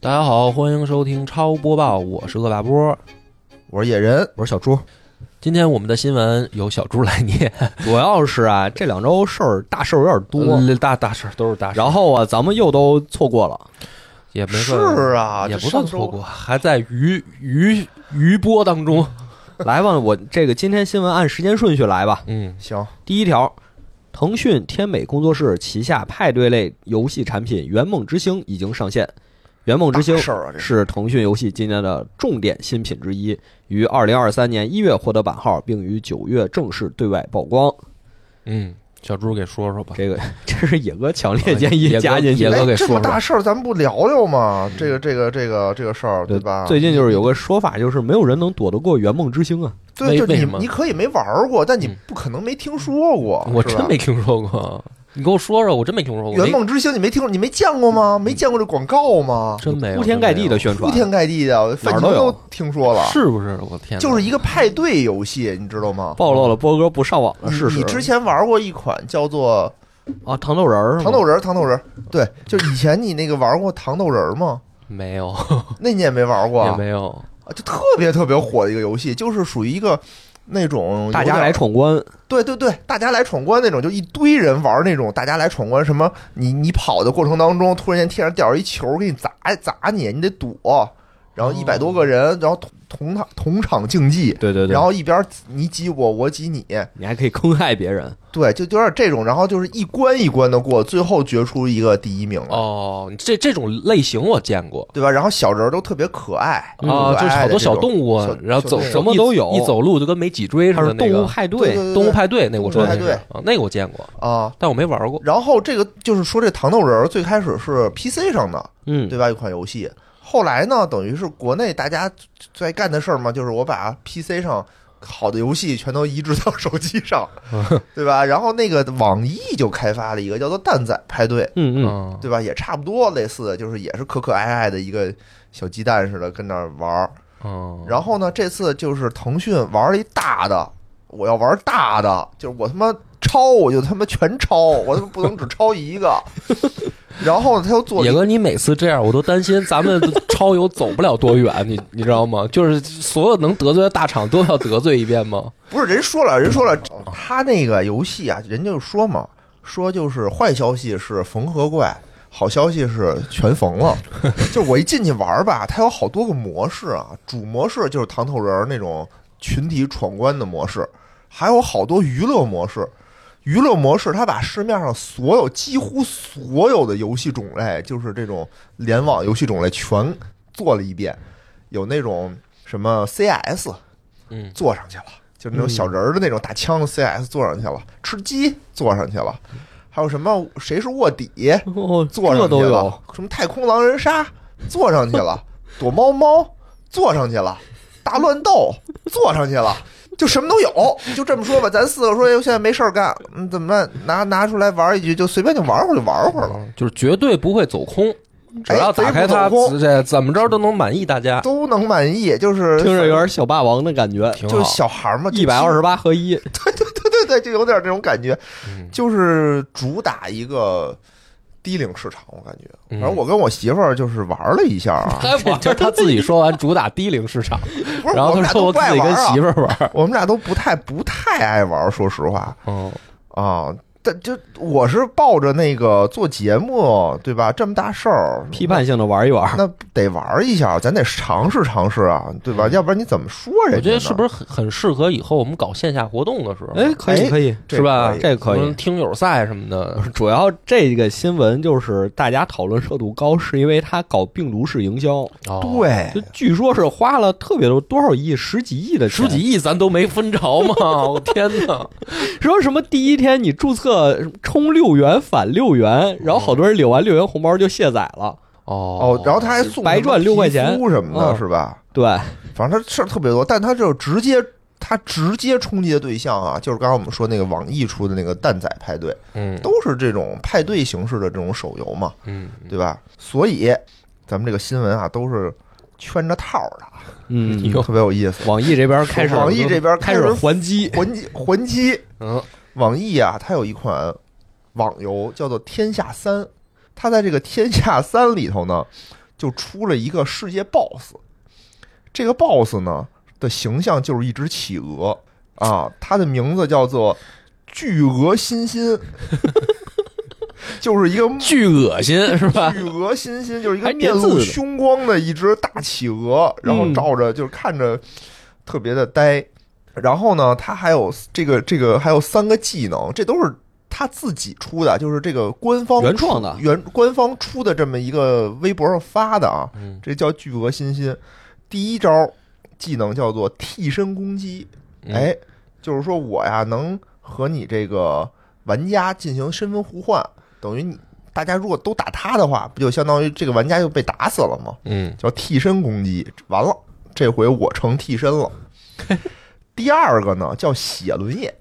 大家好，欢迎收听超播报，我是恶霸波。我是野人，我是小猪。今天我们的新闻由小猪来念，主要是啊，这两周事儿大事儿有点多，呃 大大事儿都是大事儿，然后啊，咱们又都错过了。也没是算啊，也这不算上周错过，还在余余余波当中。来吧，我这个今天新闻按时间顺序来吧。嗯，行，第一条，腾讯天美工作室旗下派对类游戏产品《圆梦之星》已经上线，《圆梦之星大》事儿啊，这是是腾讯游戏今年的重点新品之一，于二零二三年一月获得版号，并于九月正式对外曝光。嗯，小猪给说说吧。这个 这是野哥强烈建呃野议哥加进去野的。哥哎给这说么说大事儿，咱们不聊聊吗？嗯这个这个这个这个事儿，对吧？最近就是有个说法，就是没有人能躲得过圆梦之星啊。为对，就为你什么你可以没玩儿过，但你嗯不可能没听说过。我是吧真没听说过，你给我说说，我真没听说过。圆梦之星，你没听过，你没见过吗？没见过这广告吗我？哎真没有铺天盖地的宣铺传，天盖地的，哪粉儿球都有都听说了，是不是？我天哪，就是一个派对游戏，你知道吗？暴露了波哥不上网的事你实。你之前玩过一款叫做啊，糖豆人儿是吗，糖豆人儿，糖豆人儿，对，就以前你那个玩过糖豆人儿吗？ 没有，那你也没玩过啊，也没有。啊，就特别特别火的一个游戏，就是属于一个那种大有点家来，闯关，对对对，大家来闯关那种，就一堆人玩那种，大家来闯关，什么你你跑的过程当中，突然间天上掉着一球给你砸砸你，你得躲，然后一百哦多个人，然后同同场同场竞技。对对对，然后一边你挤我，我挤你，你还可以坑害别人。对，就有点这种，然后就是一关一关的过，最后决出一个第一名来，哦，这这种类型我见过对吧？然后小人儿都特别可爱啊，就是好多小物，动物哎啊小，然后走小走什么一都有一走路就跟没脊椎似它的是那动物个。派对对，对动物派对那个我说的动物派啊，那个我见过，啊，但我没玩过。然后这个就是说，这糖豆人儿最开始是 PC 上的，嗯，对吧？一款游戏。后来呢，等于是国内大家最爱干的事儿嘛，就是我把 PC 上好的游戏全都移植到手机上，对吧？然后那个网易就开发了一个叫做“蛋仔派对嗯嗯，嗯”，对吧？也差不多类似，就是也是可可爱爱的一个小鸡蛋似的跟那儿玩儿。嗯，然后呢，这次就是腾讯玩了一大的，我要玩大的，就是我他妈抄，我就他妈全抄，我他妈不能只抄一个。然后呢，他又做了野一哥，你每次这样，我都担心咱 们超游走不了多远，你你知道吗？就是所有能得罪的大厂都要得罪一遍吗？不是人说了，人说了，他那个游戏啊，人就说嘛，说就是坏消息是缝合怪。好消息是全缝了，就是我一进去玩儿吧，它有好多个模式啊。主模式就是糖头人儿那种群体闯关的模式，还有好多娱乐模式。娱乐模式它把市面上所有几乎所有的游戏种类，就是这种联网游戏种类全做了一遍。有那种什么 CS，嗯，坐上去了，就是那种小人儿的那种打嗯枪的 CS 坐上去了，吃鸡坐上去了，还有什么谁是卧底哦，坐上这去都有，了，什么太空狼人杀坐上去 了，躲猫猫坐上去了，大乱斗坐上去了。就什么都有，就这么说吧。咱四个说，哎呦，现在没事儿干，嗯，怎么办？拿拿出来玩一局，就随便就玩会儿，就玩会儿了。啊就是绝对不会走空，只要打开哎它，贼不走空这怎么着都能满意大家。都能满意，就是听着有点小霸王的感觉，挺就是好，小孩儿嘛，一百十。二十八合一， 对对对，就有点这种感觉嗯，就是主打一个低龄市场，我感觉。嗯反正我跟我媳妇儿就是玩了一下 啊，还玩儿他自己说完主打低龄市场，不是然我后他们俩说都我不自爱己玩跟媳啊，妇儿玩儿。我们俩都不太不太爱玩，说实话嗯，啊。但就我是抱着那个做节目，对吧？这么大事儿，批判性的玩一 玩。那得玩一下，咱得尝试尝试啊，对吧？要不然你怎么说人家呢？嗯我觉得是不是很很适合以后我们搞线下活动的时候，哎，可以哎可以，这是吧可以这可什么以。听友赛什么的，主要这个新闻就是大家讨论热度高，是因为他搞病毒式营销，哦，对就，据说是花了特别多多少亿，十几亿的十钱几亿咱都没分着嘛， 我天哪！说什么第一天你注册充六元返六元，然后好多人领完六元红包就卸载了。哦哦，然后他还送白什么赚六块皮钱肤什么的，嗯是吧？对，反正他事儿特别多，但他就直接他直接冲击的对象啊，就是刚刚我们说那个网易出的那个蛋仔派对，嗯都是这种派对形式的这种手游嘛，嗯，对吧？所以咱们这个新闻啊，都是圈着套儿的啊， 嗯，特别有意思。网易这边开始，网易这边开开始始还击，魂击魂击，嗯网易啊，它有一款网游叫做《天下三》，它在这个《天下三》里头呢，就出了一个世界 BOSS。这个 BOSS 呢的形象就是一只企鹅啊，它的名字叫做巨鹅欣欣， 就是一个巨恶心是吧？巨鹅欣欣，就是一还个叠面字露呢凶光的一只大企鹅，然后嗯照着就是看着特别的呆。然后呢，它还有这个这个还有三个技能，这都是他自己出的，就是这个官方原创的原官方出的这么一个微博上发的啊，嗯这叫巨鹅欣欣。第一招技能叫做替身攻击，嗯哎，就是说我呀能和你这个玩家进行身份互换，等于你大家如果都打他的话，不就相当于这个玩家就被打死了吗？嗯，叫替身攻击，完了，这回我成替身了。第二个呢叫写轮眼，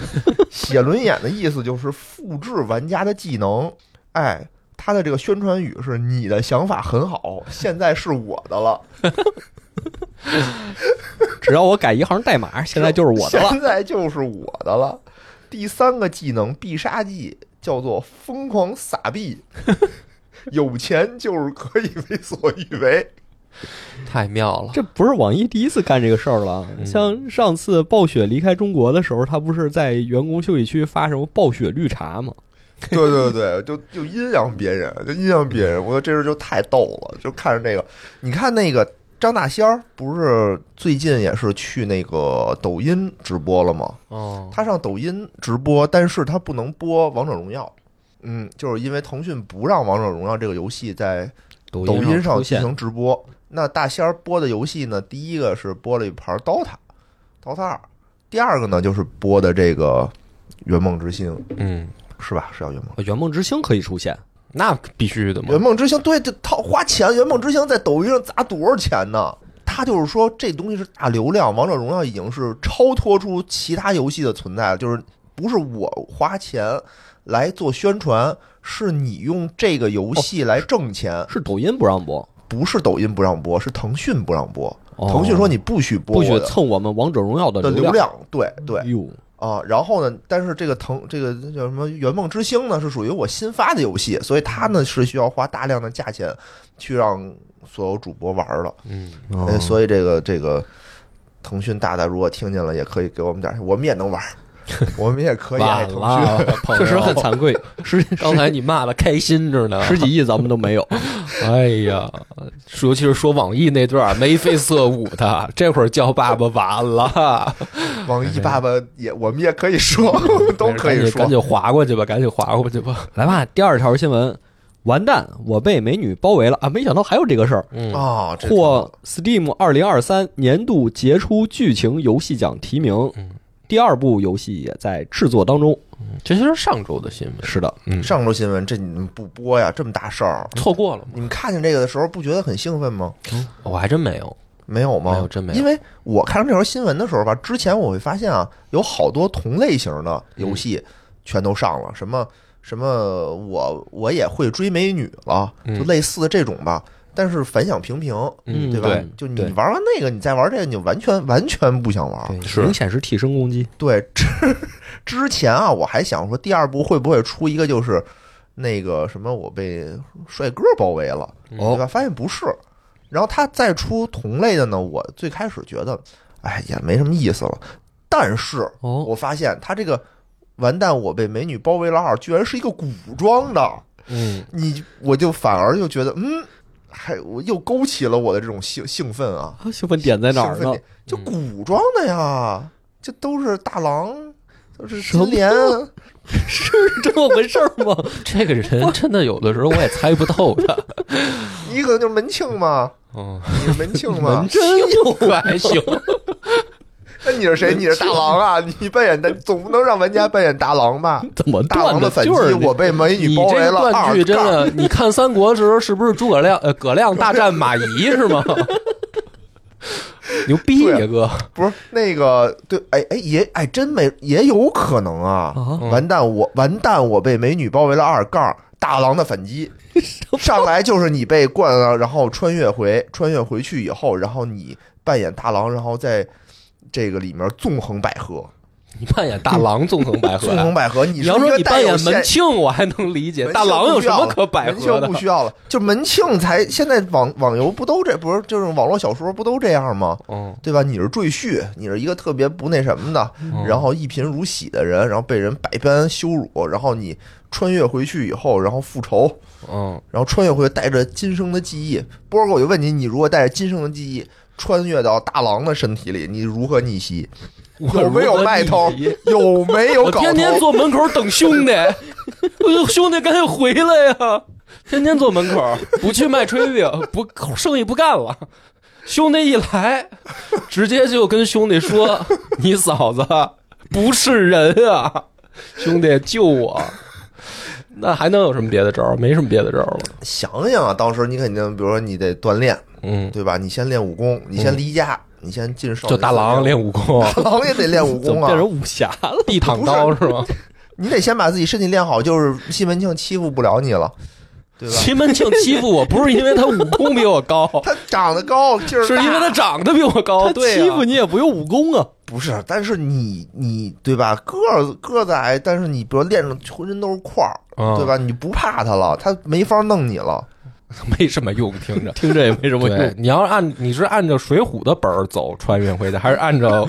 写轮眼的意思就是复制玩家的技能。哎，他的这个宣传语是“你的想法很好，现在是我的了”。只要我改一行代码，现在 就是我的了。现在就是我的了。第三个技能必杀技叫做疯狂撒 币，有钱就是可以为所欲为。太妙了。这不是网易第一次干这个事儿了。像上次暴雪离开中国的时候，他不是在员工休息区发什么暴雪绿茶吗？ 对对对，就就阴阳别人，就阴阳别人。我说这人就太逗了，就看着那个，你看那个张大仙儿，不是最近也是去那个抖音直播了吗？哦，他上抖音直播，但是他不能播《王者荣耀》。嗯，就是因为腾讯不让《王者荣耀》这个游戏在抖抖音上出进现行直播。 那大仙儿播的游戏呢，第一个是播了一盘 DOTA，DOTA 二，第二个呢就是播的这个《圆梦之星》，嗯，是吧？是叫《圆梦》。呃圆梦之星可以出现，那必须的《圆嘛。梦之星》对，这掏花钱，《圆梦之星》在抖音上砸多少钱呢？他就是说这东西是大流量，《王者荣耀》已经是超脱出其他游戏的存在了，就是不是我花钱来做宣传，是你用这个游戏来挣钱，是抖音不让播，不是抖音不让播，是腾讯不让播。哦腾讯说你不许播不许我的蹭我们王者荣耀的的流量。量，对对哟，啊。然后呢，但是这个腾这个叫什么《圆梦之星》呢，是属于我新发的游戏，所以它呢是需要花大量的价钱去让所有主播玩儿的。嗯，哦哎，所以这个这个腾讯大大如果听见了，也可以给我们点儿，我们也能玩儿，我们也可以啊爱完腾讯。了，朋友确实很 惭愧，十刚才你骂的开心着呢。十几亿咱们都 没有。哎呀，尤其是说网易那段儿眉飞色舞的，这会儿叫爸爸完了，网易爸爸也，我们也可以说，都可以赶说紧赶。紧划过去吧，赶紧划过去吧。来吧，第二条新闻，完蛋，我被美女包围了啊！没想到还有这个事儿。嗯啊，这获 Steam 二零二三年度杰出剧情游戏奖提名嗯，第二部游戏也在制作当中。这就是上周的新闻，是的，嗯上周新闻这你们不播呀？这么大事儿，啊错过了吗？你们看见这个的时候不觉得很兴奋吗？我还真没有。没有吗？没有真没有因为我看到这条新闻的时候吧，之前我会发现啊，有好多同类型的游戏嗯全都上了，什么什么我我也会追美女了，嗯就类似的这种吧。但是反响平平，嗯对吧？对就你对玩完那个，你再玩这个，你就完全完全不想玩。是明显是替身攻击。对，之之前啊，我还想说第二部会不会出一个就是那个什么我被帅哥包围了，对吧？发现不是，然后他再出同类的呢，我最开始觉得，哎，也没什么意思了。但是哦，我发现他这个“完蛋，我被美女包围了二”居然是一个古装的，嗯，你我就反而就觉得，嗯，还我又勾起了我的这种兴兴奋啊！兴奋点在哪儿兴呢？嗯奋点就古装的呀，这都是大郎，都是什么金莲，是这么回事儿吗？ 这个人真的有的时候我也猜不透他。 你可能就是门庆嘛，嗯，你是门庆嘛门，真有还行。那你是谁？你是大郎啊！你扮演的总不能让玩家扮演大郎吧？怎么大 断郎的反击，就是你我被美女你包围这了。断二句真杠，的，你看三国的时候是不是诸葛亮呃葛亮大战马邑是 吗？牛逼呀哥！不是那个对，哎哎也哎真没也有可能啊！啊嗯完蛋我完蛋我被美女包围了二杠，大郎的反 击上来就是你被灌了，然后穿越回穿越回去以后，然后你扮演大郎，然后在这个里面纵横捭阖，你扮演大郎纵横捭阖纵横呀。捭阖， 你你是要一说个你带扮有演现门庆，我还能理解，门大庆郎不有需什要么了可捭门阖庆的不？需要了，就门庆才现在网网游不都这不是就是网络小说不都这样吗？嗯，对吧？你是赘婿，你是一个特别不那什么的，嗯然后一贫如洗的人，然后被人百般羞辱，然后你穿越回去以后，然后复仇，嗯，然后穿越回带着今生的记忆。波儿哥，我就问你，你如果带着今生的记忆穿越到大郎的身体里，你如何逆袭？我有没有如何卖逆头袭有没有我搞天天头？坐门口等 兄弟，我就兄弟赶紧回来呀！天天坐门口，不去卖炊饼，不生意不干了。兄弟一来，直接就跟兄弟说：“你嫂子不是人啊，兄弟救我！”那还能有什么别的招儿？没什么别的招儿了。想想啊，当时你肯定，比如说你得锻炼，嗯，对吧？你先练武功，你先离家，你先进少就大郎练，练武功，啊大郎也得练 武怎功么变啊成！ 武侠了？地躺刀是吗？你得先把自己身体练好，就是西门庆欺负不了你了，对吧？西门庆欺负我，不是因为他武功比我 高，他长得高，劲儿是大因为他长得比我高。哦他对、啊，欺负你也不用武功啊，。不是，但是你你对吧？个儿个子矮，但是你比如练上浑身都是块儿，嗯对吧？你就不怕他了，他没法弄你了。 没什么用，听着听着也没什么对用。，你要是按你是按照《水浒》的本儿走穿越 回去，还是按照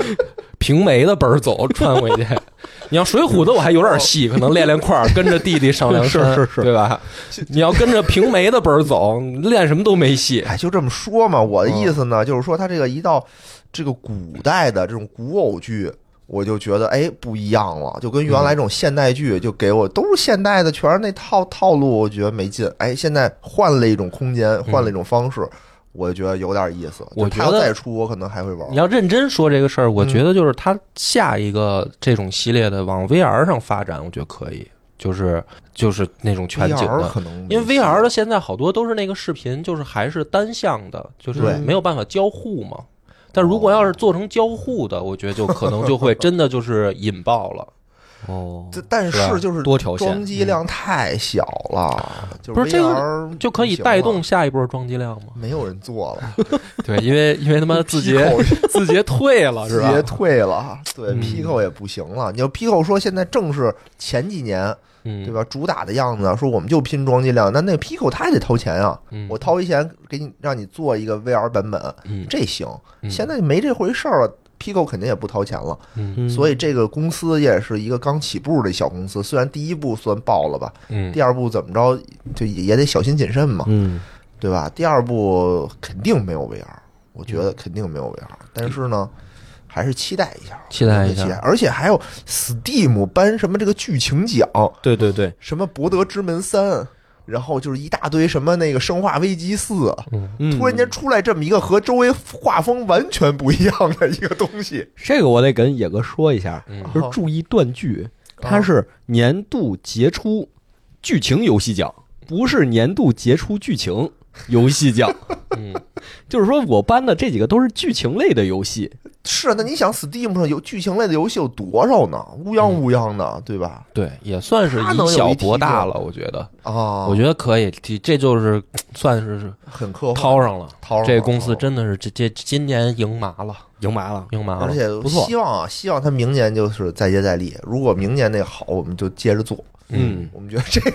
平梅的本儿走穿回去？ 你要《水浒》的，我还有点戏，可能练练块儿，跟着弟弟上梁山， 是是是对吧？你要跟着平梅的本儿走，练什么都没戏。哎，就这么说嘛。我的嗯意思呢，就是说他这个一到这个古代的这种古偶剧，我就觉得哎不一样了，就跟原嗯来这种现代剧就给我都是现代的，全是那套套路，我觉得没劲。哎，现在换了一种空间，换了一种方式，我觉得有点意思。嗯我就觉他要得再出，我可能还会玩你。要认真说这个事儿，我觉得就是它下一个这种系列的往 VR 上发展，我觉得可以，就是就是那种全景 VR 的，可能因为没戏 VR 的现在好多都是那个视频，就是还是单向的，就是对没有办法交互嘛。但如果要是做成交互的，我觉得就可能就会 真的就是引爆了。哦这但是吧是就是多条线装机量太小了，就嗯不是这个 VR 就可以不行带了动，下一波装机量吗？没有人做了， 对，因 为因为他妈字节，Pico 字节退了啊是字吧节？退了，对嗯 Pico 也不行了。你要 Pico 说现在正是前几年嗯，对？吧，主打的样子，说我们就拼装机量，那那 Pico 他也得掏钱啊，嗯，我掏一钱给你让你做一个 VR 版本，嗯，这行，嗯现在没这回事儿了。Pico 肯定也不掏钱了，嗯所以这个公司也是一个刚起步的小公司。虽然第一步算爆了吧，嗯第二步怎么着就也也得小心谨慎嘛。嗯，对吧？第二部肯定没有 VR，我觉嗯得肯定没有 VR，但是呢，还是期待一下，啊期待一期下待。而且还有 Steam 颁什么这个剧情奖，对对对，什么《博德之门三》，然后就是一大堆什么那个《生化危机四》，嗯突然间出来这么一个和周围画风完全不一样的一个东西，这个我得跟野哥说一下，嗯就是注意断句，它啊是年度杰出剧情游戏奖，不是年度杰出剧情游戏奖。嗯，就是说我颁的这几个都是剧情类的游戏，是啊，那你想 Steam 上有剧情类的游戏有多少呢？乌嗯泱乌泱的，对吧？对，也算是他能有以一小提博大吗了，我觉得，啊，我觉得可以，这这就是算是是很科幻，掏上了。掏上这了公掏司上了真的是这这今年赢麻了，赢麻了。赢麻了，而且不错，希望啊，希望他明年就是再接再厉。如果明年那好，我们就接着做。嗯。我们觉得 这个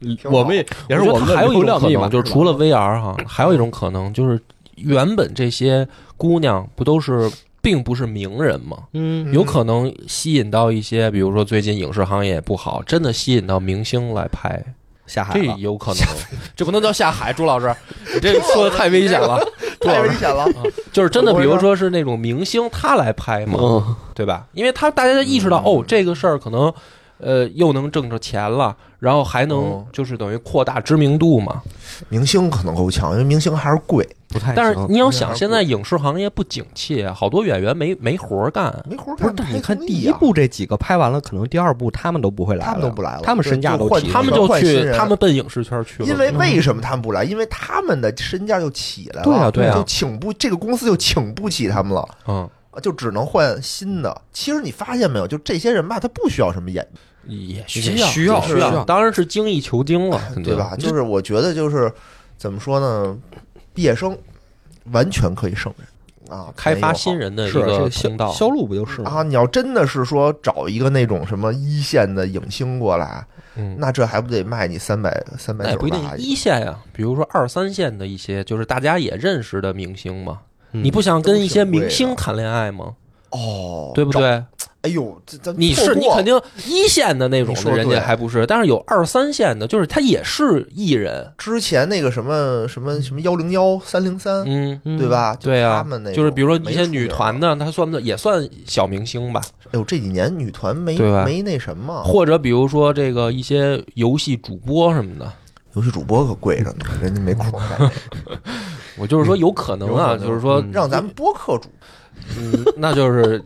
挺好我们也也是我我觉们得的还有一流种量可密码能，，就是除了 VR 哈，还有一种可能就是原本这些姑娘不都是并不是名人吗？嗯有可能吸引到一些，比如说最近影视行业也不好，真的吸引到明星来拍，下海这了。有可能。 这不能叫下海，朱老师，你这说的太危险 了。朱太老危师 险了。就是真的，比如说是那种明星他来拍嘛，嗯，对吧？因为他大家意识到、哦，这个事儿可能，呃，又能挣着钱了，然后还能哦嗯就是等于扩大知名度嘛。明星可能够呛，因为明星还是贵，不太行。但是你要想，嗯现在影视行业不景气，啊，好多演员没没活儿干。没活儿不是干。，但拍你看综第艺一啊，部这几个拍完了，可能第二部他们都不会来了，他们都不来了，他们身价对都换提他们就换新去，人他们奔影视圈去了。因为为什么他们不来？因为他们的身价就起来嗯了，对啊对啊就请不这个公司就请不起他们了。嗯，就只能换新的。其实你发现没有，就这些人吧，他不需要什么演也也要需需要需需要当然是精益求精了，哎对吧？就是我觉得就是怎么说呢，毕业生完全可以胜任。啊，开发新新人。人的一是个这通道销。销路不就是吗？啊，你要真的是说找一个那种什么一线的影星过来，嗯，那这还不得卖你三百三那百也九不一十定八？一线呀、比如说二三线的一些，就是大家也认识的明星嘛。嗯你不想跟一些明都星挺贵的谈恋爱吗？哦，对不找？对？哎呦，这咱你是错过你肯定一线的那种你的说人对家还不是，但是有二三线的，就是他也是艺人，之前那个什么什么什么幺零幺三零三，嗯，嗯对？吧？对呀、啊他们那，就是比如说一些种没出女名团儿，的，她算不算也算小明星吧？哎呦，这几年女团没对吧没那什么，或者比如说这个一些游戏主播什么的，游戏主播可贵 着呢，人家没空干。嗯我就是说有可能啊，有可能就是说嗯让咱们播客主嗯，那就是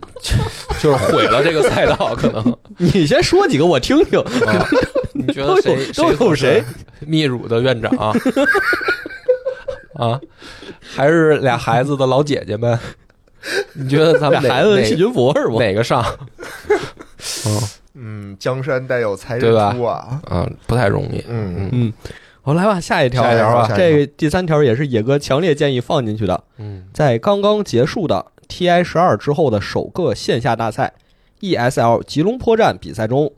就是毁了这个赛道，可能 你先说几个我听听，啊你觉都得有谁都有谁？秘鲁的院长啊啊，还是俩孩子的老姐姐们？你觉得咱俩们哪孩子哪细菌佛是吗？哪个上？嗯嗯，江山代有才对吧人出啊。啊，不太容易。嗯嗯嗯，好，来吧，下一条，下一条吧下一条这个第三条也是野哥强烈建议放进去的，嗯在刚刚结束的 TI 十二之后的首个线下大赛 ESL 吉隆坡站比赛中，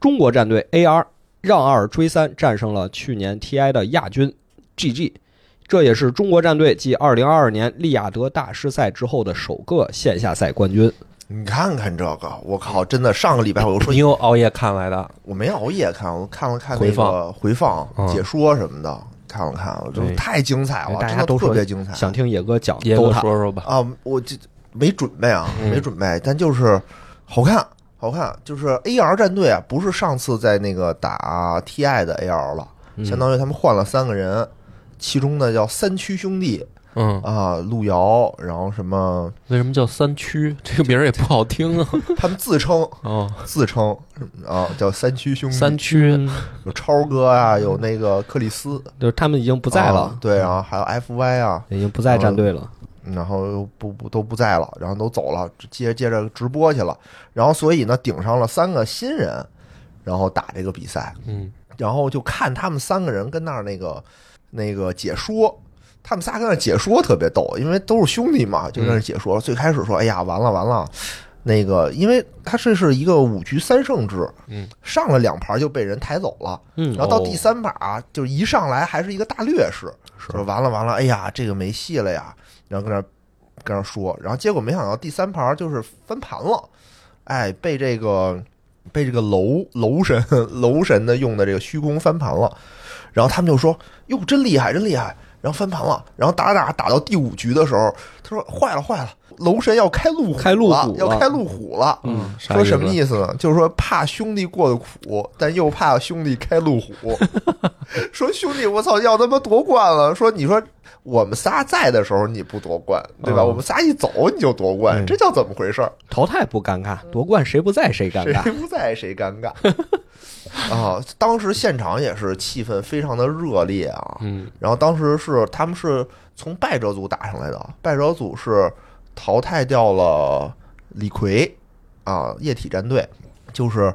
中国战队 AR 让二追三战胜了去年 TI 的亚军 GG，这也是中国战队继2022年利雅得大师赛之后的首个线下赛冠军。你看看这个，我靠，真的上个礼拜我就说你又熬夜看来的？我没熬夜看，我看了看嗯回那个放回放嗯哎解说什么的，看了看，我真对太精彩了，大真家的都特说别精彩。想听野哥讲也给我 DOTA，说说吧。啊，我这没准备啊，嗯没准备，但就是好看，好看，就是 AR 战队啊，不是上次在那个打 TI 的 AR 了，嗯相当于他们换了三个人，其中呢叫三区兄弟嗯，啊，路遥，然后什么，为什么叫三区？ 这个名儿也不好听 啊。他们自称哦，自称啊叫三区兄弟，三区，有超哥啊，有那个克里斯就是他们已经不不在了，嗯对，然后还有 FY 啊，已经不在战队了。然后又不不都不在了，然后都走了，接接着直播去了，然后所以呢顶上了三个新人，然后打这个比赛，嗯，然后就看他们三个人跟那儿那个那个解说，他们仨跟那儿解说特别逗，因为都是兄弟嘛，就在那嗯儿解说。最开始说，哎呀，完了完了。那个，因为他这是一个五局三胜制，嗯，上了两盘就被人抬走了，嗯然后到哦第三把、啊就是一上来还是一个大劣势，是就是完了完了，哎呀，这个没戏了呀，然后跟那儿跟那儿说，然后结果没想到第三盘就是翻盘了，哎，被这个被这个楼楼神 楼神的用的这个虚空翻盘了，然后他们就说哟，真厉害，真厉害，然后翻盘了，然后打打打到第五局的时候，他说坏了坏了，楼神要开路虎开路了虎要了开路虎了，哦嗯啥说意什么思意思呢？就是说怕兄弟过得苦，但又怕兄弟开路虎。说兄弟，我操，要他妈夺冠了！说你说我们仨在的时候你不夺冠，对吧？嗯我们仨一走你就夺冠，嗯这叫怎么回事儿？淘汰不尴尬，夺冠谁不在谁尴尬。谁不在谁尴尬啊！当时现场也是气氛非常的热烈啊，嗯然后当时是他们是从败者组打上来的，败者组是淘汰掉了李逵啊，液体战队，就是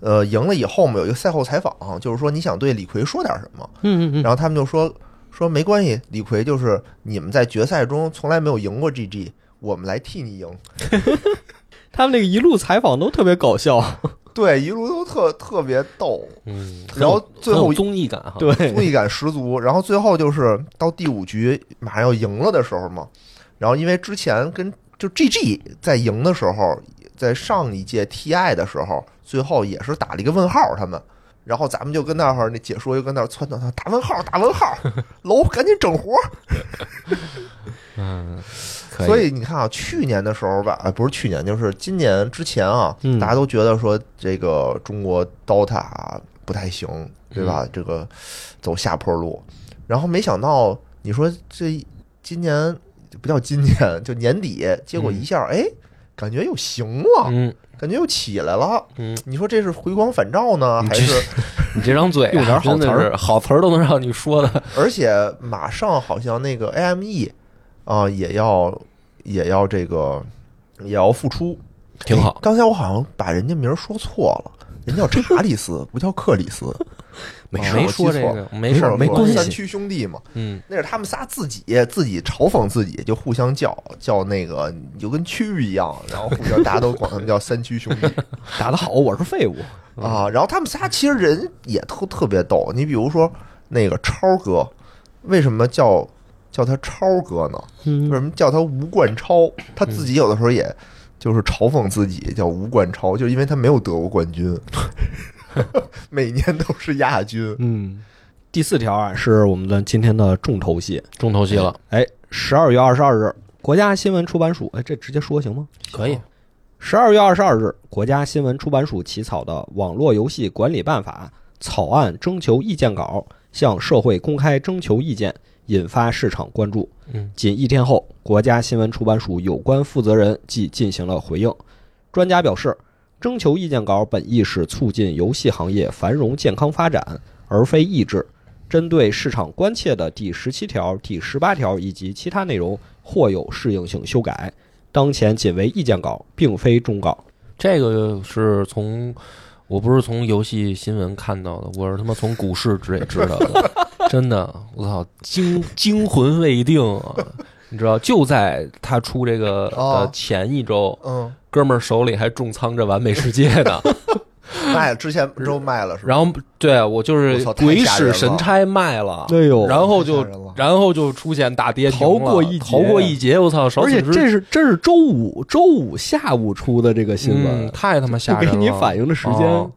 呃赢了以后嘛，有一个赛后采访，就是说你想对李逵说点什么， 嗯嗯嗯，然后他们就说说没关系，李逵就是你们在决赛中从来没有赢过 GG，我们来替你赢。他们那个一路采访都特别搞笑，对，一路都特特别逗，嗯，然后最后很有综艺感啊哈。，综对，艺感十足。然后最后就是到第五局马上要赢了的时候嘛，然后因为之前跟就 GG 在赢的时候，在上一届 TI 的时候，最后也是打了一个问号，他们。然后咱们就跟那儿那解说就跟那儿撺掇他打问号打问号， 楼赶紧整活。嗯，所以你看啊，去年的时候吧，啊不是去年，就是今年之前啊，嗯大家都觉得说这个中国 DOTA 不太行，对吧？嗯这个走下坡路，然后没想到你说这今年不叫今年，就年底，结果一下、哎，感觉又行了，嗯感觉又起来了。嗯，你说这是回光返照呢，你还这是？你这张嘴啊用点好真的词儿是好词儿都能让你说的。而且马上好像那个 AME 啊、也要也要这个也要复出，挺好 哎刚才我好像把人家名儿说错了，人叫查理斯，不叫克里斯。 没事，没我记说这错了个，没事事儿，儿，没我关三系。区兄弟嘛，嗯，那是他们仨自己自己嘲讽自己，就互相叫叫那个，就跟区一样，然后互相大家都管他们叫三区兄弟打得好，我是废物。嗯啊。然后他们仨其实人也都特别逗，你比如说那个超哥，为什么叫叫他超哥呢？为嗯，什么叫他吴冠超？他自己有的时候也就是嘲讽自己叫吴冠超，就是因为他没有得过冠军， 每年都是亚军。嗯，第四条啊，是我们的今天的重头戏。重头戏了，哎，十二月二十二日，国家新闻出版署，哎，这直接说行吗？可以。十二月二十二日，国家新闻出版署起草的《网络游戏管理办法》草案征求意见稿向社会公开征求意见，引发市场关注。嗯，仅一天后，国家新闻出版署有关负责人即进行了回应。专家表示，征求意见稿本意是促进游戏行业繁荣健康发展，而非抑制。针对市场关切的第十七条、第十八条以及其他内容，或有适应性修改。当前仅为意见稿，并非忠稿。这个是从我不是从游戏新闻看到的，我是他妈从股市知知道的， 真的，我操，惊惊魂未定啊！你知道，就在他出这个的哦前一周，嗯，哥们儿手里还重仓着完美世界呢。卖了之前都卖了是吧？然后，对我就是我操太鬼吓人使了神差卖了，哎呦然后就太吓人了然后就出现大跌停了，逃过一劫逃过一劫，我操！少而且损失这是这是周五周五下午出的这个新闻，嗯太他妈吓我人给了！你反应的时间。哦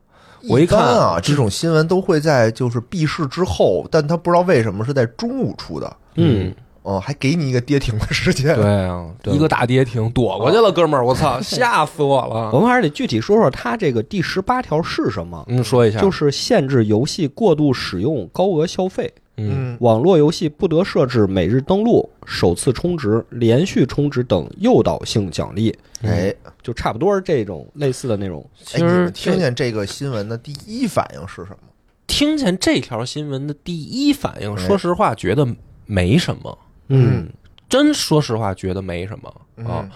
我一看般啊，这种新闻都会在就是闭市之后，但他不知道为什么是在中午出的，嗯，哦，还给你一个跌停的时间。对啊，对一个大跌停躲过去了，哥们儿，我 操，吓死我我了！们还是得具体说说它这个第十八条是什么，嗯，说一下，就是是限制游戏过度使用、高额消费。嗯，嗯，网络游戏不得设置每日登录、首次充值、连续充值等诱导性奖励，嗯哎，就差不多是这种类似的内容。其哎，你实们听这见这个新闻的第一反应是什么？听见这条新闻的第一反应，哎说实话觉得没什么，嗯真说实话觉得没什么啊。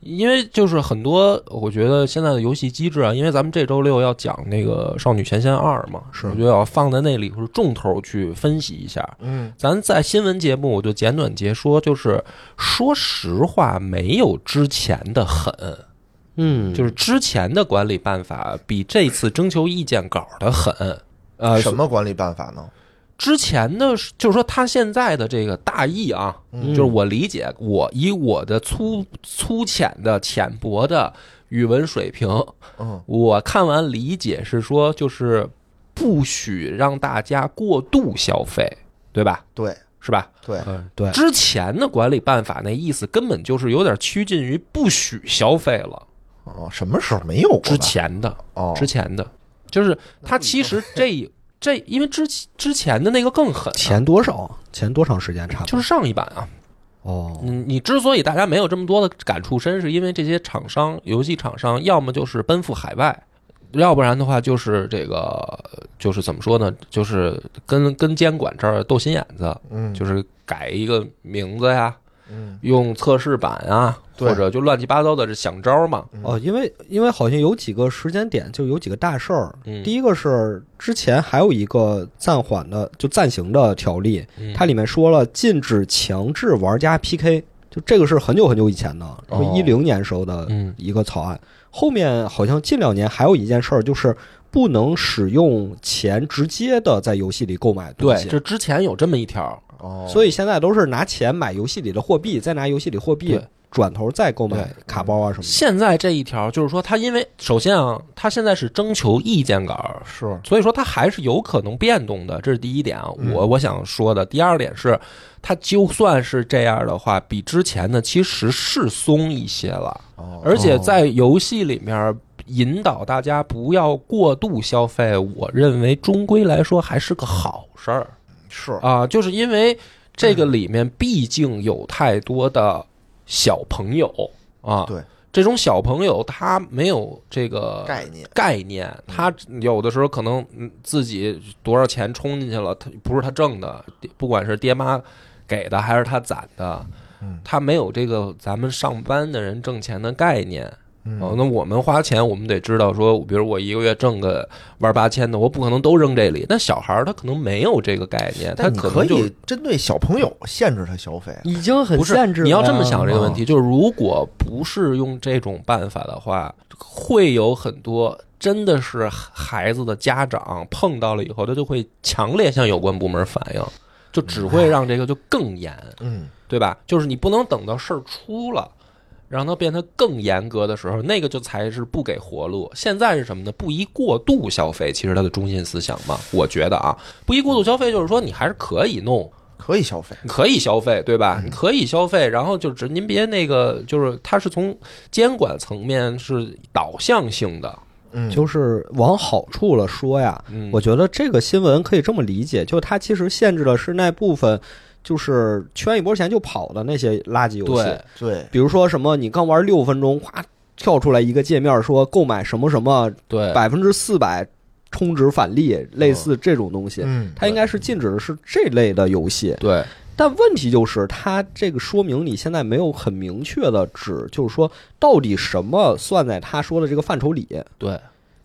因为就是很多，我觉得现在的游戏机制啊，因为咱们这周六要讲那个《少女前线二》嘛，是我觉得要放在那里头重头去分析一下。嗯咱在新闻节目我就简短截说，就是说实话没有之前的狠，嗯，就是之前的管理办法比这次征求意见稿的狠。嗯，呃，什么管理办法呢？之前的是，就是说他现在的这个大意啊，嗯就是我理解，我以我的粗粗浅的、浅薄的语文水平，嗯我看完理解是说，就是不许让大家过度消费，对吧？，对是吧？对，对，之前的管理办法那意思根本就是有点趋近于不许消费了。哦，什么时候没有过吧？之前的，哦，之前的，就是它其实这这，因为之之前的那个更狠、啊，前多少前多长时间差不就多？是上一版啊。哦，嗯，你之所以大家没有这么多的感触深，是因为这些厂商、游戏厂商要么就是奔赴海外，要不然的话就是这个，就是怎么说呢，就是跟跟监管这儿斗心眼子，嗯，就是改一个名字呀，嗯用测试版啊，对或者就乱七八糟的这想招嘛。哦，因为因为好像有几个时间点，就有几个大事儿。嗯第一个是之前还有一个暂缓的，就暂行的条例，嗯它里面说了禁止强制玩家 PK，就这个是很久很久以前的，哦一零年时候的嗯一个草案。后面好像近两年还有一件事儿，就是不能使用钱直接的在游戏里购买东对，西。这之前有这么一条，哦，所以以现在都是拿钱买游戏里的货币，再拿游戏里货币对转头再购买对卡包啊什么的。现在这一条就是说，它因为首先啊，它现在是征求意见稿，是所以说它还是有可能变动的，这是第一点啊。嗯我我想说的第二点是，它就算是这样的话，比之前的其实是松一些了，哦，而且在游戏里面引导大家不要过度消费，我认为终归来说还是个好事儿哦是啊，就是因为这个里面毕竟有太多的小朋友啊，对这种小朋友他没有这个概念，概念，嗯他有的时候可能嗯自己多少钱充进去了，他不是他挣的，不管是爹妈给的还是他攒的嗯，他没有这个咱们上班的人挣钱的概念，嗯哦，那我们花钱，我们得知道说，比如我一个月挣个万八千的，我不可能都扔这里。但小孩儿他可能没有这个概念，他但你可可能就以针对小朋友限制他消费。已经很不是限制了啊你呀。要这么想这个问嗯题，就是如果不是用这种办法的话，会有很多真的是孩子的家长碰到了以后，他就会强烈向有关部门反映，就只会让这个就更严，嗯，对吧？就是你不能等到事儿出了。让它变得更严格的时候，那个就才是不给活路。现在是什么呢？不宜过度消费，其实它的中心思想嘛，我觉得啊，不宜过度消费就是说你还是可以弄，可以消费。你可以消费，对吧？你可以消费，然后就只您别那个，就是它是从监管层面是导向性的，嗯，就是往好处了说呀，嗯，我觉得这个新闻可以这么理解，就它其实限制的是那部分，就是圈一波钱就跑的那些垃圾游戏对，，对，比如说什么你刚玩六分钟，咵跳出来一个界面说购买什么什么对，百分之四百充值返利，类似这种东西。嗯，它应该是禁止的是这类的游戏，对，但问题就是它这个说明你现在没有很明确的指，就是说到底什么算在他说的这个范畴里。对，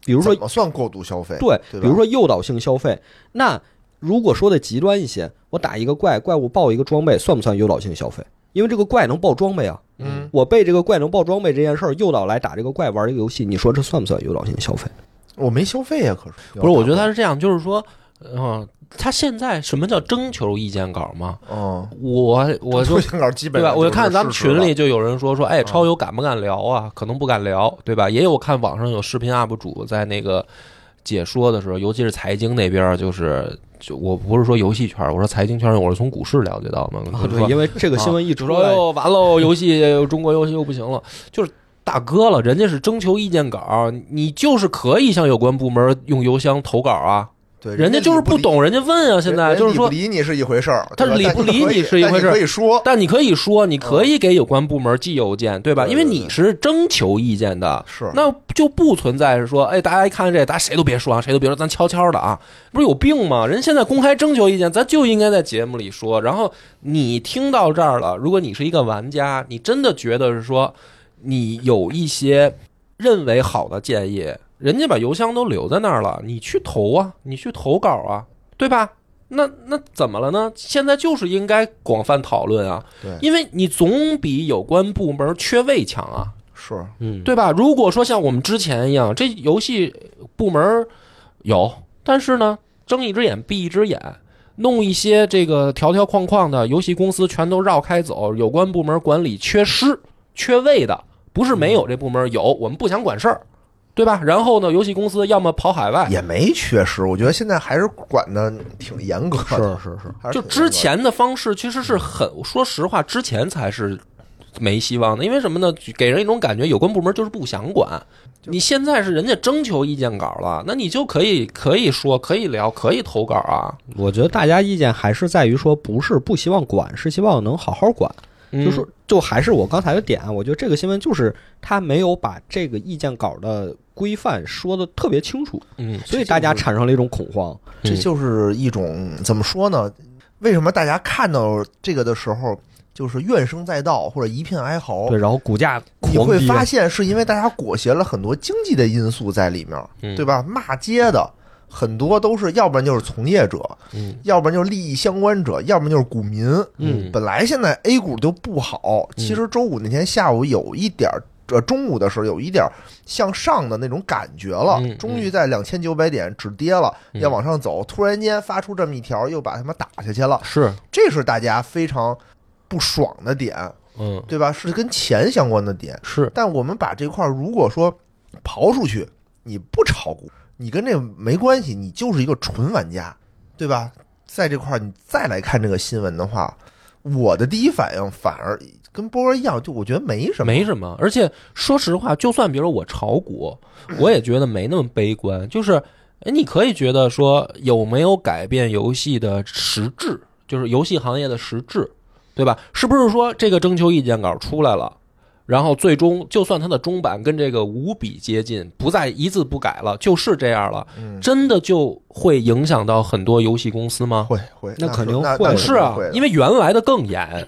比如说怎么算过度消费？对，对吧比如说诱导性消费，那如果说的极端一些，我打一个怪，怪物爆一个装备，算不算诱导性消费？因为这个怪能爆装备啊，嗯，我被这个怪能爆装备这件事儿诱导来打这个怪玩这个游戏，你说这算不算诱导性消费？我没消费呀，可是不是，我觉得他是这样，就是说，嗯、他现在什么叫征求意见稿嘛？他，嗯，我我就 录像稿基本对吧？上我就是看咱们事实群了嗯里就有人说说，哎，超友敢不敢聊啊？可能不敢聊，对吧？也有看网上有视频 UP 主在那个解说的时候，尤其是财经那边儿，就是就我不是说游戏圈儿，我说财经圈儿，我是从股市了解到嘛。 可能 对，说因为这个新啊闻一出说来，哟，完喽，游戏中国游戏又不行了，就是大哥了，人家是征求意见稿，你就是可以向有关部门用邮箱投稿啊，对，人家就是不理，懂，人家问啊，现在人就是人说理不理你是一回事儿，他对吧理但不你理可以你是一但回事儿可以说，但你可以说，你可嗯以给有关部门寄邮件，对吧？对因为你是征求意见的，是那就不存在是说，哎，大家一看这，大家谁都别说啊，谁都别说，咱悄悄的啊，不是有病吗？人现在公开征求意见，咱就应该在节目里说。然后你听到这儿了，如果你是一个玩家，你真的觉得是说，你有一些认为好的建议，人家把邮箱都留在那儿了，你去投啊，你去投稿啊，对吧？那那怎么了呢？现在就是应该广泛讨论啊，对因为你总比有关部门缺位强啊。是嗯，对吧？如果说像我们之前一样，这游戏部门儿有，但是呢，睁一只眼闭一只眼，弄一些这个条条框框的，游戏公司全都绕开走，有关部门管理缺失、缺位的，不是没有这部门有，我们不想管事儿，对吧？然后呢，游戏公司要么跑海外，也没缺失，我觉得现在还是管的挺严格是的，是是，还是就挺之严格的前的方式其实是很，说实话，之前才是没希望的，因为什么呢？给人一种感觉，有关部门就是不想管。你现在是人家征求意见稿了，那你就可以可以说，可以聊，可以投稿啊。我觉得大家意见还是在于说，不是不希望管，是希望能好好管。嗯就说就还是我刚才的点啊，我觉得这个新闻就是他没有把这个意见稿的规范说的特别清楚，嗯，所以大家产生了一种恐慌。这就是一种怎么说呢？为什么大家看到这个的时候，就是怨声载道或者一片哀嚎？对，然后股价哦你狂会跌，发现是因为大家裹挟了很多经济的因素在里面，嗯对吧？骂街的很多都是，要不然就是从业者，嗯要不然就是利益相关者，要不然就是股民。嗯本来现在 A 股就不好，其实周五那天下午有一点儿。呃，中午的时候有一点儿向上的那种感觉了，嗯嗯终于在两千九百点止跌了，嗯要往上走。突然间发出这么一条，又把他们打下去了，是这是大家非常不爽的点，嗯对吧？是跟钱相关的点。是但我们把这块儿如果说刨出去，你不炒股，你跟这没关系，你就是一个纯玩家，对吧？在这块儿你再来看这个新闻的话，我的第一反应反而跟波哥一样，就我觉得没什么，没什么。而且说实话，就算比如我炒 股，我也觉得没那么悲观。就是，哎，你可以觉得说有没有改变游戏的实质，就是游戏行业的实质，对吧？是不是说这个征求意见稿出来了？然后最终，就算它的中版跟这个无比接近，不再一字不改了，就是这样了，嗯真的就会影响到很多游戏公司吗？会会，那那肯定那会那对是啊会，的因为原来的更严，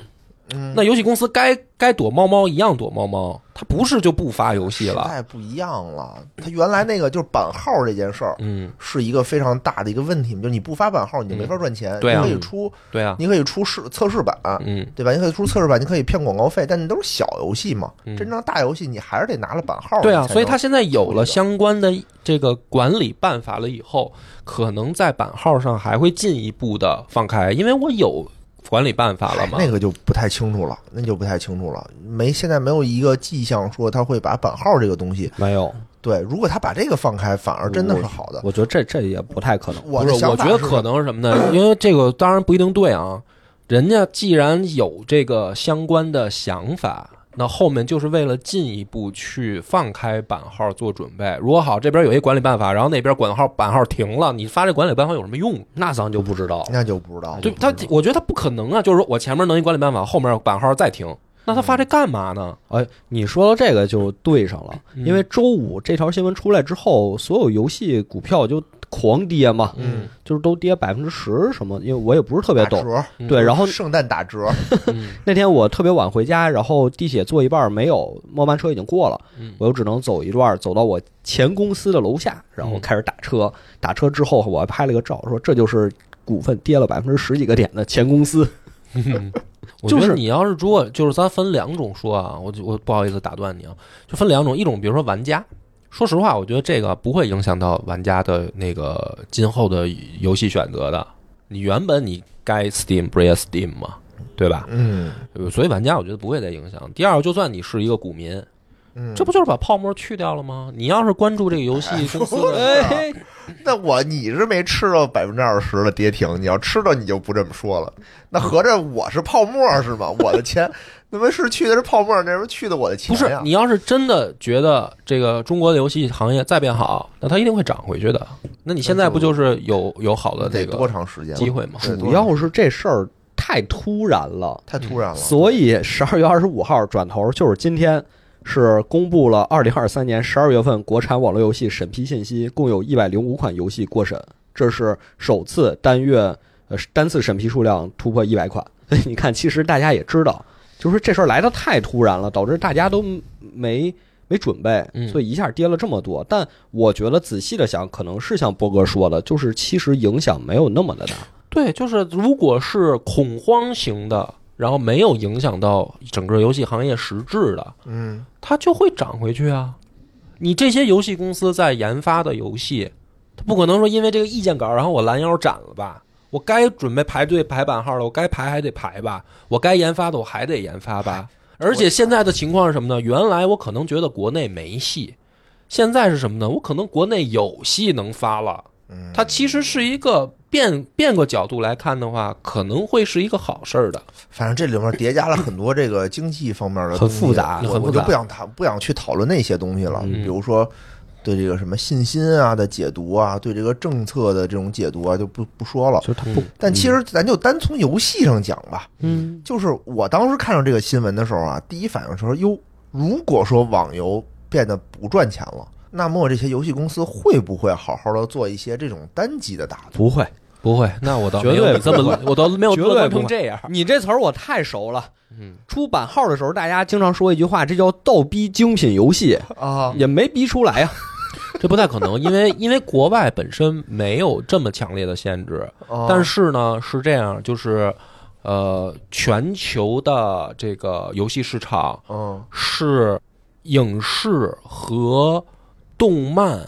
嗯，那游戏公司该该躲猫猫一样躲猫猫，它不是就不发游戏时了？代不一样了。他原来那个就是版号这件事儿嗯，是一个非常大的一个问题，就是你不发版号你就没法赚钱。嗯对啊你可以出，对啊，你可以出试测试版，嗯，对吧？你可以出测试版，你可以骗广告费，但你都是小游戏嘛。嗯真正大游戏你还是得拿了版号。对啊，你才能所以它现在有了相关的这个管理办法了以后，可能在版号上还会进一步的放开，因为我有管理办法了嘛。那个就不太清楚了，那就不太清楚了。没，现在没有一个迹象说他会把版号这个东西。没有，对，如果他把这个放开，反而真的是好的。我觉得这这也不太可能。我不的是，想我法觉得是可能是什么呢？因为这个当然不一定对啊。人家既然有这个相关的想法，那后面就是为了进一步去放开版号做准备。如果好，这边有一管理办法，然后那边管号版号停了，你发这管理办法有什么用？那咱就不知道了。那就不知道了。嗯对他，我觉得他不可能啊。就是说我前面弄一管理办法，后面版号再停，那他发这干嘛呢？哎，你说到这个就对上了，嗯因为周五这条新闻出来之后，所有游戏股票就狂跌嘛，嗯，就是都跌百分之十什么，因为我也不是特别打懂。折，嗯对，然后圣诞打折，嗯那天我特别晚回家，然后地铁坐一半没有，末班车已经过了，嗯我又只能走一段，走到我前公司的楼下，然嗯后开始打车。打车之后，我还拍了个照，说这就是股份跌了百分之十几个点的前公司。我觉就得是你要是如果就是咱分两种说啊，我就我不好意思打断你啊，就分两种，一种比如说玩家，说实话，我觉得这个不会影响到玩家的那个今后的游戏选择的。你原本你该 Steam 不是也 Steam 嘛，对吧？嗯呃所以玩家我觉得不会再影响。第二，就算你是一个股民，嗯，这不就是把泡沫去掉了吗？你要是关注这个游戏公司的， 哎，那我你是没吃到百分之二十的跌停，你要吃到你就不这么说了。那合着我是泡沫是吗？我的钱， 那不是去的是泡沫，那是去的我的钱不是呀你要是真的觉得这个中国的游戏行业再变好，那它一定会涨回去的。那你现在不就是有有好的这得个多长时间？机会嘛。 对主要是这事儿太突然了。太嗯突然了。所以十二月二十五号转头就是今天，是公布了二零二三年十二月份国产网络游戏审批信息，共有一百零五款游戏过审，这是首次单月呃单次审批数量突破一百款。 所以你看，其实大家也知道，就是这事儿来的太突然了，导致大家都没。没准备嗯，所以一下跌了这么多。但我觉得仔细的想，可能是像波哥说的，就是其实影响没有那么的大。对，就是如果是恐慌型的，然后没有影响到整个游戏行业实质的，嗯，它就会涨回去啊。你这些游戏公司在研发的游戏，它不可能说因为这个意见稿，然后我拦腰斩了吧？我该准备排队排版号了，我该排还得排吧，我该研发的我还得研发吧。而且现在的情况是什么呢？原来我可能觉得国内没戏，现在是什么呢？我可能国内有戏能发了。嗯它其实是一个变变个角度来看的话，可能会是一个好事儿的。反正这里面叠加了很多这个经济方面的很东西复杂我很复我就杂不想谈，不想去讨论那些东西了。嗯比如说对这个什么信心啊的解读啊，对这个政策的这种解读啊，就不不说了。就是他不但其嗯实咱就单从游戏上讲吧，嗯，就是我当时看到这个新闻的时候啊，第一反应是说，哟，如果说网游变得不赚钱了，那么这些游戏公司会不会好好的做一些这种单机的打？不会，不会，那我倒绝没有对你这么，我倒没有绝乐观对不成会这样。你这词儿我太熟了。嗯，出版号的时候，大家经常说一句话，这叫倒逼精品游戏，啊，也没逼出来呀、这不太可能，因为因为国外本身没有这么强烈的限制，啊但是呢是这样，就是呃，全球的这个游戏市场嗯是影视和动漫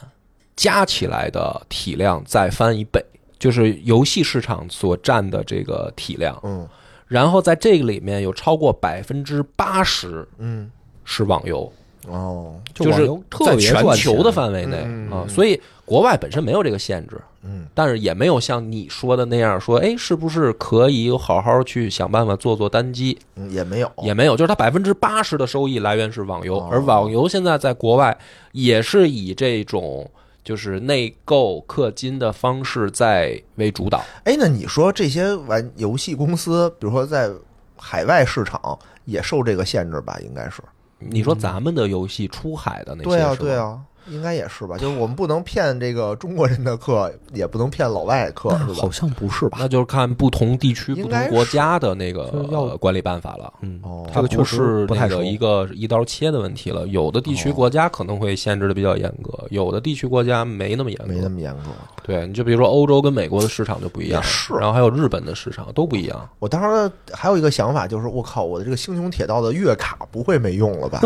加起来的体量再翻一倍，就是游戏市场所占的这个体量，嗯然后在这个里面有超过百分之八十嗯是网游。哦就是网游在特别全赚球钱的范围内嗯嗯啊，嗯所以国外本身没有这个限制，嗯但是也没有像你说的那样说，哎，是不是可以好好去想办法做做单机？嗯也没有，也没有，就是它百分之八十的收益来源是网游哦，而网游现在在国外也是以这种就是内购氪金的方式在为主导。哎，那你说这些玩游戏公司，比如说在海外市场也受这个限制吧？应该是你说咱们的游戏出海的那些，对啊是吧对，啊，应该也是吧？就是我们不能骗这个中国人的课，也不能骗老外课， 但是吧好？像不是吧？那就是看不同地区、不应同该是国家的那个就是要呃管理办法了。嗯，哦，这个确不实是不太那个熟一个一刀切的问题了。有的地区哦国家可能会限制的比较严格，有的地区国家没那么严格。没那么严格。对，你就比如说欧洲跟美国的市场就不一样，也是然后还有日本的市场都不一样。我当时还有一个想法，就是我靠，我的这个星穹铁道的月卡不会没用了吧？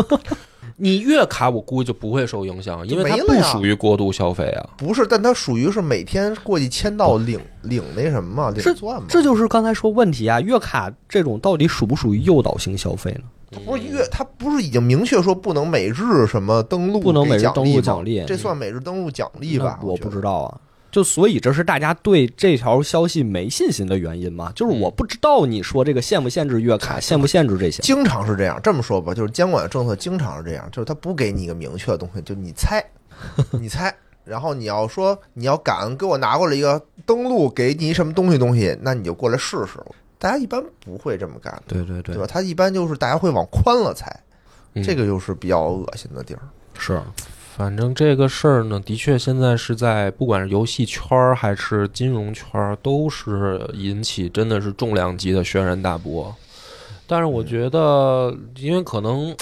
你月卡我估计就不会受影响，因为它没不了呀属于过度消费啊。不是，但它属于是每天过去签到领领那什么嘛，领钻嘛。这就是刚才说问题啊，月卡这种到底属不属于诱导性消费呢？它不是月，它不是已经明确说不能每日什么登录给不奖励吗，能每日登录奖励这算每日登录奖励吧？那我不觉得知道啊。就所以这是大家对这条消息没信心的原因吗？就是我不知道你说这个限不限制月卡，限不限制这些。经常是这样，这么说吧，就是监管政策经常是这样，就是他不给你一个明确的东西，就你 猜，你猜，然后你要说你要敢给我拿过来一个登录给你什么东西东西，那你就过来试试。大家一般不会这么干，对对对对吧？他一般就是大家会往宽了猜，嗯这个就是比较恶心的地儿。是，反正这个事儿呢，的确现在是在不管是游戏圈儿还是金融圈儿，都是引起真的是重量级的轩然大波。但是我觉得，因为可能，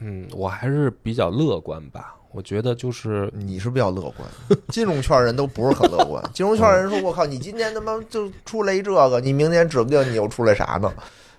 嗯，我还是比较乐观吧。我觉得就是你是比较乐观，金融圈人都不是很乐观。金融圈人说：“我靠，你今天他妈就出来一这个，你明天指不定你又出来啥呢。”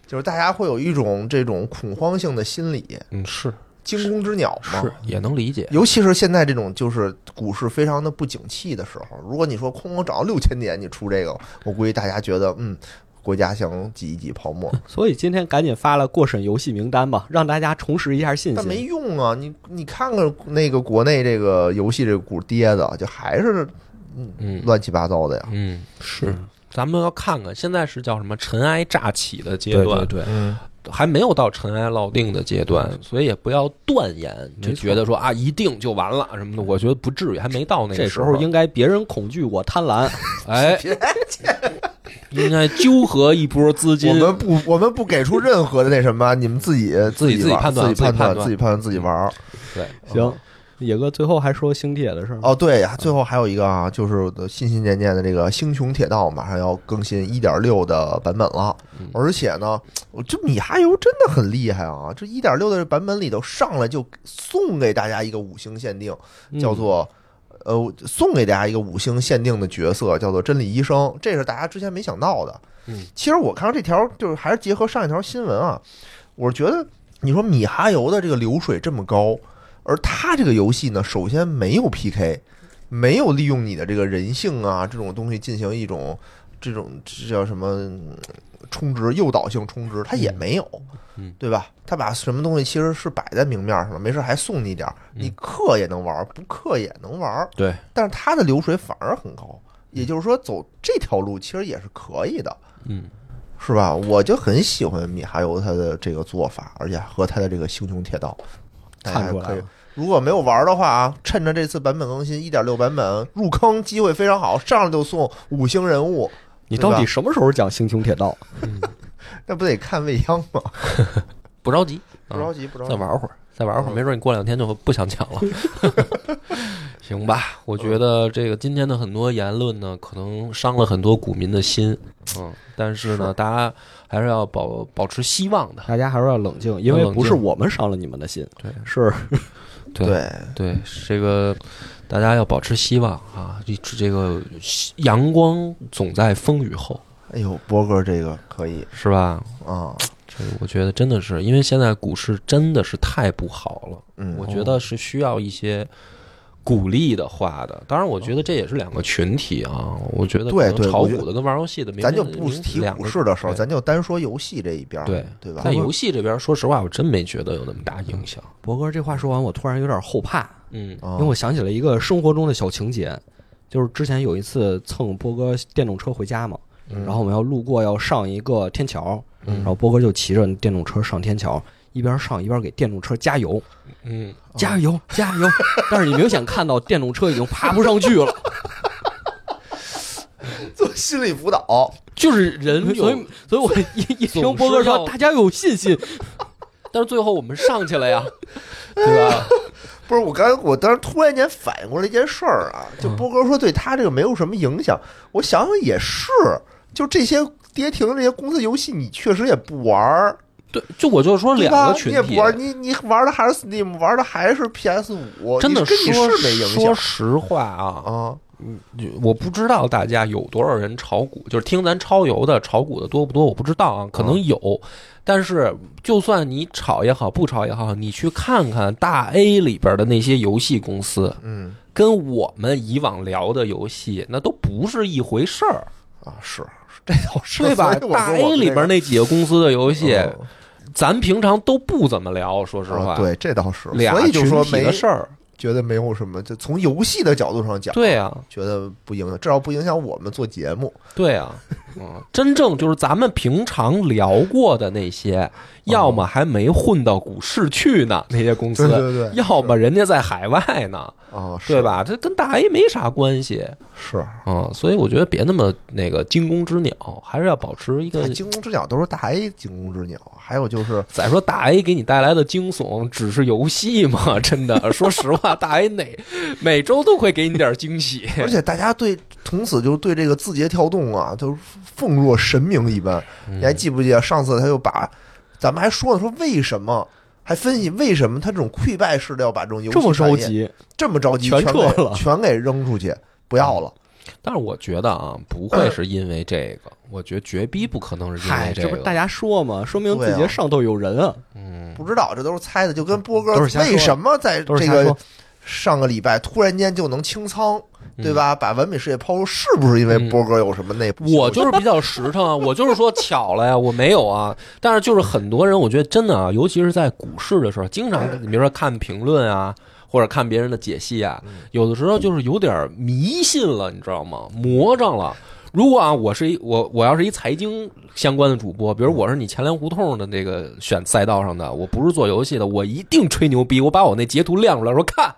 就是大家会有一种这种恐慌性的心理，嗯，是惊弓之鸟嘛。是也能理解。尤其是现在这种就是股市非常的不景气的时候，如果你说哐哐涨六千点，你出这个，我估计大家觉得嗯，国家想挤一挤泡沫，所以今天赶紧发了过审游戏名单吧，让大家重拾一下信但没心。用啊！你你看看那个国内这个游戏这个股跌的，就还是嗯乱七八糟的呀。嗯，是。咱们要看看，现在是叫什么尘埃乍起的阶对段，对对，嗯，还没有到尘埃落定的阶段，所以也不要断言，没就错觉得说啊一定就完了什么的。我觉得不至于，还没到那这个时候候应该别人恐惧，我贪 婪。哎，应该纠合一波资金。我 们不，我们不给出任何的那什么，你们自己自己己自己玩判断自己自己判判断自己判断，自己玩儿。对，行，野哥最后还说星铁的事儿吗。哦，对呀，最后还有一个啊，就是心心念念的这个《星穹铁道》马上要更新一点六的版本了嗯，而且呢，我这米哈游真的很厉害啊！这一点六的版本里头上来就送给大家一个五星限定，嗯叫做。呃，送给大家一个五星限定的角色，叫做真理医生，这是大家之前没想到的。嗯，其实我看到这条，就是还是结合上一条新闻啊，我觉得你说米哈游的这个流水这么高，而它这个游戏呢，首先没有 PK，没有利用你的这个人性啊这种东西进行一种这种这叫什么嗯充值、诱导性充值，它也没有，嗯对吧？它把什么东西其实是摆在明面上了，没事还送你点儿，嗯你氪也能玩，不氪也能玩，对，但是它的流水反而很高，也就是说走这条路其实也是可以的。嗯，是吧？我就很喜欢米哈游他的这个做法，而且和他的这个星穹铁道，大家看出来哎可以了。如果没有玩的话啊，趁着这次版本更新一点六版本入坑机会非常好，上来就送五星人物，你到对底吧什么时候讲星穹铁道？那不得看未央吗？不着急，不着急，不着急，再啊玩会儿，再玩会儿，嗯没准你过两天就不想讲了。行吧，我觉得这个今天的很多言论呢，可能伤了很多股民的心。嗯，但是呢，大家还是要保保持希望的。大家还是要冷静，因为冷静不是我们伤了你们的心，对是对对，对，这个大家要保持希望啊！这这个阳光总在风雨后，哎呦，波哥这个可以是吧？啊，这个我觉得真的是，因为现在股市真的是太不好了，嗯，我觉得是需要一些鼓励的话的。当然，我觉得这也是两个群体啊。我觉得对可能对炒我觉得股的跟玩游戏的明明，咱就不明明提两股个市的时候，对咱就单说游戏这一边儿，对对吧在？游戏这边，说实话，我真没觉得有那么大影响。博哥这话说完，我突然有点后怕，嗯啊因为我想起了一个生活中的小情节，就是之前有一次蹭波哥电动车回家嘛，嗯然后我们要路过要上一个天桥，嗯然后波哥就骑着电动车上天桥，一边上一边给电动车加油，嗯，加油，加油！ 但是你明显看到电动车已经爬不上去了，做心理辅导，就是人所有以，所以我一一听总是波哥要说大家有信心，但是最后我们上去了呀，对吧？不是我刚才，我当时突然间反应过来一件事儿啊，嗯就波哥说对他这个没有什么影响，我想想也是，就这些跌停的这些公司游戏，你确实也不玩儿，对，就我就说对两吧个？群你也体不，玩儿，你你玩的还是 Steam，玩的还是 PS 五，真的跟你说是没影说响实话啊，啊。就我不知道大家有多少人炒股，就是听咱超游的炒股的多不多，我不知道啊，可嗯能有。但是就算你炒也好，不炒也好，你去看看大 A 里边的那些游戏公司，嗯跟我们以往聊的游戏那都不是一回事 儿，啊，是对吧？所以我说大我 A 们里边那几个公司的游戏，嗯咱平常都不怎么聊，说实话。啊，对，这倒是，俩所以就说群体没的事儿，觉得没有什么，就从游戏的角度上讲，对啊，觉得不影响，至少不影响我们做节目。对啊，嗯，真正就是咱们平常聊过的那些，要么还没混到股市去呢，那些公司，对对对，要么人家在海外呢，啊，是对？吧？这跟大 A 没啥关系是，嗯，所以我觉得别那么那个惊弓之鸟，还是要保持一个哎。惊弓之鸟都是大 A 惊弓之鸟，还有就是再说大 A 给你带来的惊悚只是游戏嘛？ 真的，说实话，大 A 哪每周都会给你点惊喜。而且大家对从此就对这个字节跳动啊，就是奉若神明一般。嗯你还记不记得上次他就把咱们还说呢，说为什么还分析为什么他这种溃败式的要把这种游戏这么着产业急，这么着急全全撤给了全给扔出去不要了，但是我觉得啊，不会是因为这个，我觉得绝逼不可能是因为嗨，这不个是。大家说嘛，说明对字啊节上头有人啊，嗯，不知道这都是猜的，就跟波哥都是瞎说的为什么在都是这瞎个说。上个礼拜突然间就能清仓，对嗯吧？把完美世界抛出，是不是因为嗯波哥有什么内部消息？我就是比较实诚啊，我就是说巧了呀，我没有啊。但是就是很多人，我觉得真的啊，尤其是在股市的时候，经常你比如说看评论啊，或者看别人的解析啊，有的时候就是有点迷信了，你知道吗？魔怔了。如果啊，我是一我我要是一财经相关的主播，比如我是你钱粮胡同的那个选赛道上的，我不是做游戏的，我一定吹牛逼，我把我那截图亮出来说看，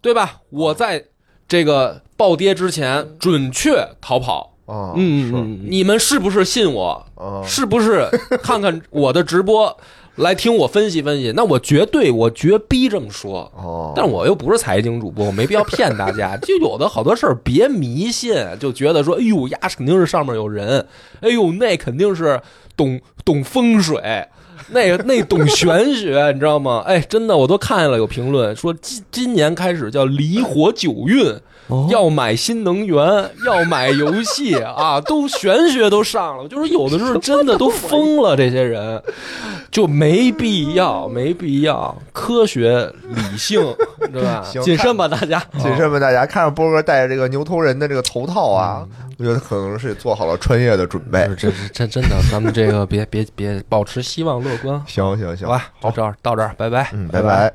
对吧？我在这个暴跌之前准确逃跑，啊，嗯是嗯嗯，你们是不是信我？啊，是不是看看我的直播，来听我分析分析？那我绝对，我绝逼这么说。哦，但我又不是财经主播，我没必要骗大家。就有的好多事儿别迷信，就觉得说，哎呦呀，肯定是上面有人，哎呦那肯定是懂懂风水，那那懂玄学，你知道吗？哎，真的我都看见了有评论说，今今年开始叫离火九运，哦要买新能源，要买游戏啊，都玄学都上了，就是有的时候真的都疯了，这些人就没必要，没必要，科学理性，对 吧？行谨慎吧，大家。谨慎问大家，看着波哥戴着这个牛头人的这个头套啊，我觉得可能是也做好了穿越的准备。这这真真的，咱们这个别别别保持希望乐观，行行行，好吧？就这儿到这儿，拜拜。嗯，拜拜拜。